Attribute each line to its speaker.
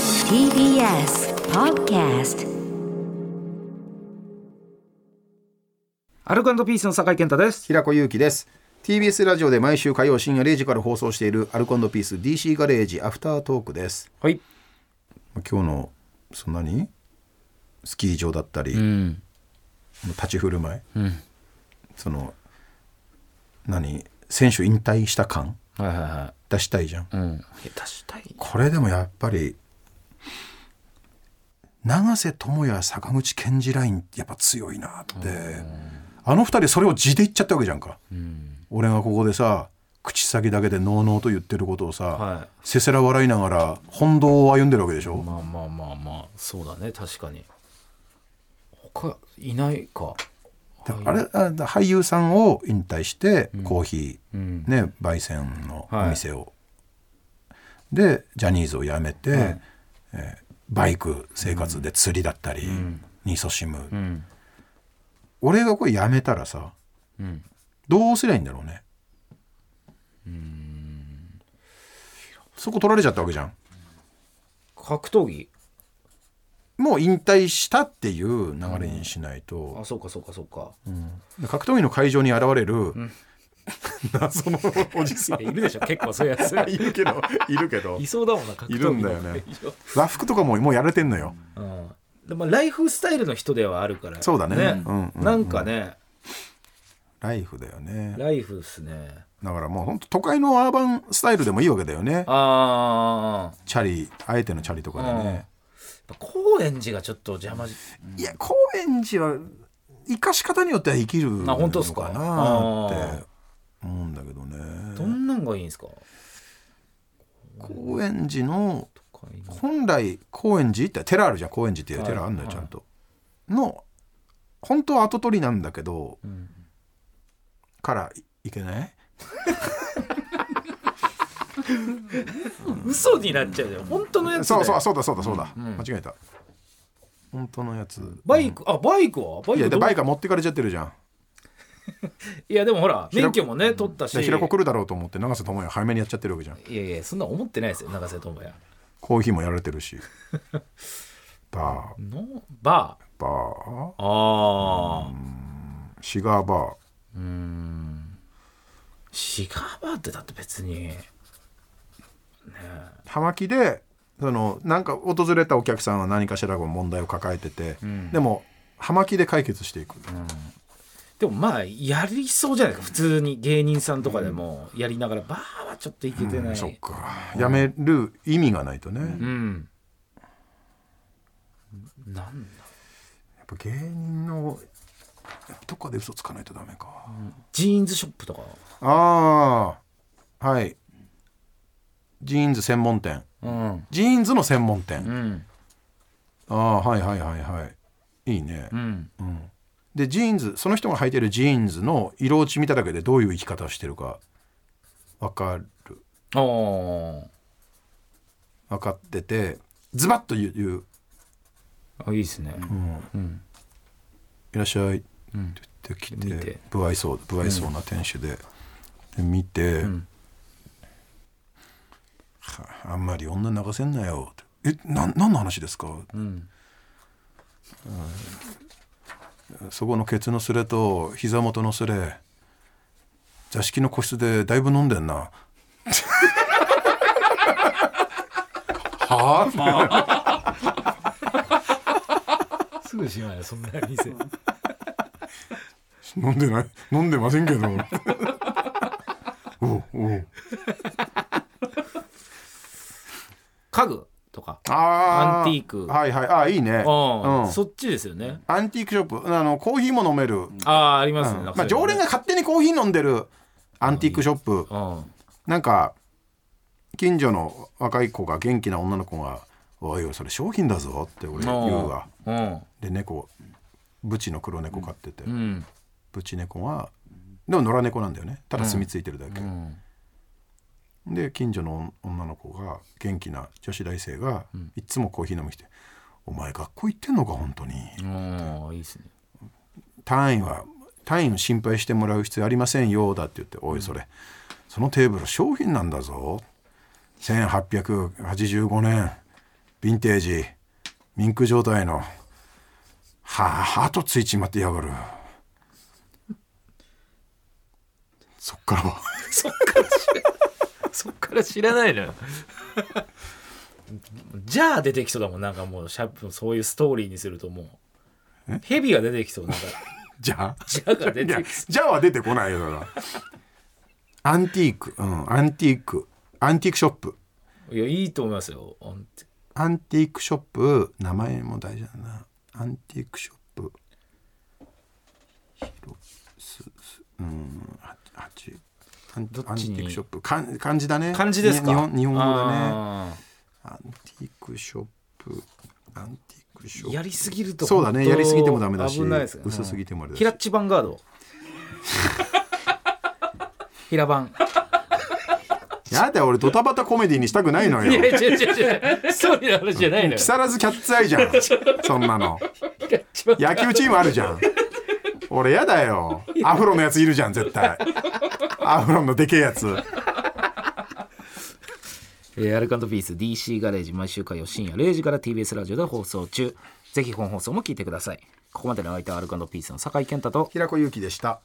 Speaker 1: TBS Podcast
Speaker 2: アルコピースの酒井健太です。
Speaker 3: 平子祐希です TBS ラジオで毎週火曜深夜0時から放送しているアルコピース DC ガレージアフタートークです
Speaker 2: はい。
Speaker 3: まあ今日のそんなにスキー場だったり、
Speaker 2: うん。
Speaker 3: 立ち振る舞い
Speaker 2: うん。
Speaker 3: その何選手引退した感
Speaker 2: はいはいは
Speaker 3: 出したいじゃん
Speaker 2: い。うん。下手したい。
Speaker 3: これでもやっぱり永瀬智也坂口健二ラインってやっぱ強いなってあの二人それを地で言っちゃったわけじゃんか、俺がここでさ口先だけでのうのうと言ってることをさ、
Speaker 2: は
Speaker 3: せせら笑いながら本堂を歩んでるわけでしょ、
Speaker 2: い。まあまあまあまあ、そうだね、確かに。他、いないか。
Speaker 3: だあれあだ俳優さんを引退してコーヒー、
Speaker 2: うん
Speaker 3: ね焙煎のお店を、でジャニーズを辞めて、えーバイク生活で釣りだったりに勤しむ、
Speaker 2: うん。
Speaker 3: 俺がこれ辞めたらさ
Speaker 2: うん。
Speaker 3: どうすりゃいいんだろうねそこ取られちゃったわけじゃん
Speaker 2: 格闘技
Speaker 3: もう引退したっていう流れにしないと
Speaker 2: あ、、そうかそうかそうか。
Speaker 3: で格闘技の会場に現れる、 謎のおじさん
Speaker 2: いやいるで しょ、結構そういうやつ。
Speaker 3: いるけどいるけど
Speaker 2: いそうだもんな、格闘技。
Speaker 3: いるんだよね。和服とかももうやれてんのよ
Speaker 2: うん。でもライフスタイルの人ではあるから。
Speaker 3: そうだねうんうんうん
Speaker 2: なんかね、
Speaker 3: ライフだよね
Speaker 2: ライフっすね。
Speaker 3: だからもうほんと都会のアーバンスタイルでもいいわけだよね
Speaker 2: ああ。
Speaker 3: チャリあえてのチャリとかでね
Speaker 2: やっぱ高円寺がちょっと邪魔じ
Speaker 3: いや高円寺は生かし方によっては生きるの
Speaker 2: あ本当っすか
Speaker 3: かなって思うんだけどね
Speaker 2: どんなんがいいんですか
Speaker 3: 高円寺の
Speaker 2: 高いな
Speaker 3: 本来高円寺って寺あるじゃん高円寺っていう寺あんのよ
Speaker 2: はい
Speaker 3: ちゃんと、の本当は跡取りなんだけど、
Speaker 2: ん
Speaker 3: からいいけない
Speaker 2: 嘘になっちゃうじゃん本当のやつだ
Speaker 3: そ
Speaker 2: よ
Speaker 3: うそうそうだそうだそうだ、
Speaker 2: ん
Speaker 3: 間違えた本当のやつ
Speaker 2: バイクあバイクはバイク
Speaker 3: いやでバイ
Speaker 2: ク
Speaker 3: クは持ってかれちゃってるじゃん
Speaker 2: いやでもほら
Speaker 3: 平
Speaker 2: 免許もね取ったし
Speaker 3: で平子来るだろうと思って永瀬智也早めにやっちゃってるわけじゃん
Speaker 2: いやいやそんな思ってないですよ永瀬智也
Speaker 3: コーヒーもやられ てるしバー
Speaker 2: のバー
Speaker 3: バー
Speaker 2: あー
Speaker 3: シガーバ
Speaker 2: シガーバーってだって別に
Speaker 3: ー葉巻でそのなんか訪れたお客さんは何かしらの問題を抱えてて、でも葉巻で解決していく、
Speaker 2: でもまあやりそうじゃないですか普通に芸人さんとかでもやりながらバーはちょっといけてない
Speaker 3: そっかやめる意味がないとね、
Speaker 2: う
Speaker 3: やっ
Speaker 2: んなんだ
Speaker 3: ぱ芸人のやっぱどっかで嘘つかないとダメか、
Speaker 2: ジーンズショップとか
Speaker 3: ああはいジーンズ専門店
Speaker 2: うん
Speaker 3: ジーンズの専門店、
Speaker 2: うん
Speaker 3: ああはいはいはいはいいいね、
Speaker 2: うん
Speaker 3: でジーンズその人が履いてるジーンズの色落ち見ただけでどういう生き方をしてるか分かる
Speaker 2: あー
Speaker 3: 分かっててズバッと言う言う
Speaker 2: あいいですね、
Speaker 3: 「いらっしゃい」って言ってきて,、
Speaker 2: 見て
Speaker 3: 不愛想不愛想な店主で,、で見て、はあんまり女泣かせんなよ」って「えなん何の話ですか
Speaker 2: うん
Speaker 3: そこのケツのすれと膝元のすれ座敷の個室でだいぶ飲んでんな。はあ、
Speaker 2: すぐしまよそんな店
Speaker 3: 飲んでない飲んでませんけど おうおう
Speaker 2: 家具とか
Speaker 3: あ
Speaker 2: アンティーク
Speaker 3: はいはいああいいね
Speaker 2: あ、
Speaker 3: う
Speaker 2: うんそっちですよね
Speaker 3: アンティークショップあのコーヒーも飲める、
Speaker 2: ああありますね、なん
Speaker 3: ま
Speaker 2: かそう
Speaker 3: あ、
Speaker 2: い
Speaker 3: 常
Speaker 2: うのね
Speaker 3: 連が勝手にコーヒー飲んでるアンティークショップなんか近所の若い子が元気な女の子が「おいおいそれ商品だぞ」って俺言うわ
Speaker 2: うんうん
Speaker 3: で猫ブチの黒猫飼ってて、
Speaker 2: うん
Speaker 3: ブチ猫はでも野良猫なんだよねただ住み着いてるだけ、
Speaker 2: うん
Speaker 3: で近所の女の子が元気な女子大生が、いつもコーヒー飲みして「お前学校行ってんのか本当に
Speaker 2: うんいいですね
Speaker 3: 単位は単位を心配してもらう必要ありませんよ」だって言って「おいそれそのテーブル商品なんだぞ1885年ヴィンテージミンク状態のはあハとついちまってや がるそっからは
Speaker 4: そっから知らないのよ。
Speaker 2: じゃあ出てきそうだもんなんかもうシャープそういうストーリーにするともうヘビが出てきそうなんか
Speaker 3: じゃあ
Speaker 2: じゃあが出
Speaker 3: いや
Speaker 2: てきそ
Speaker 3: じゃあは出てこないよだからアンティークうんアンティークアンティークショップ
Speaker 2: ういやいいと思いますよほんと
Speaker 3: アンティークショップ名前も大事だなアンティークショップ広すすうん
Speaker 2: どっ
Speaker 3: 8アンテ
Speaker 2: ち
Speaker 3: ィ
Speaker 2: に
Speaker 3: ークショップ漢漢字だね
Speaker 2: 漢字ですか
Speaker 3: に日本日本語だね
Speaker 2: あ
Speaker 3: アンティークショップアンティークショ
Speaker 2: ー
Speaker 3: ッ
Speaker 2: や
Speaker 3: プ
Speaker 2: りすぎると
Speaker 3: そうだね
Speaker 2: ほんと
Speaker 3: やりすぎてもダメだし
Speaker 2: 危ないですから
Speaker 3: 薄すぎてもあれだし
Speaker 2: キラッチヴァンガード 平番
Speaker 3: やだ俺ドタバタコメディにしたくないの
Speaker 4: いや
Speaker 3: よ
Speaker 4: 違う違う違う。ストーリーの話じゃないのよ
Speaker 3: 木。更津キャッツアイじゃんそんなの
Speaker 4: 一番
Speaker 3: 野球チームあるじゃん俺やだよアフロのやついるじゃん絶対アフロのでけえやつ
Speaker 2: えーアルカンドピース DC ガレージ毎週火曜深夜0時から TBS ラジオで放送中ぜひ本放送も聞いてくださいここまでの相手はアルカンドピースの酒井健太と
Speaker 3: 平子祐希でした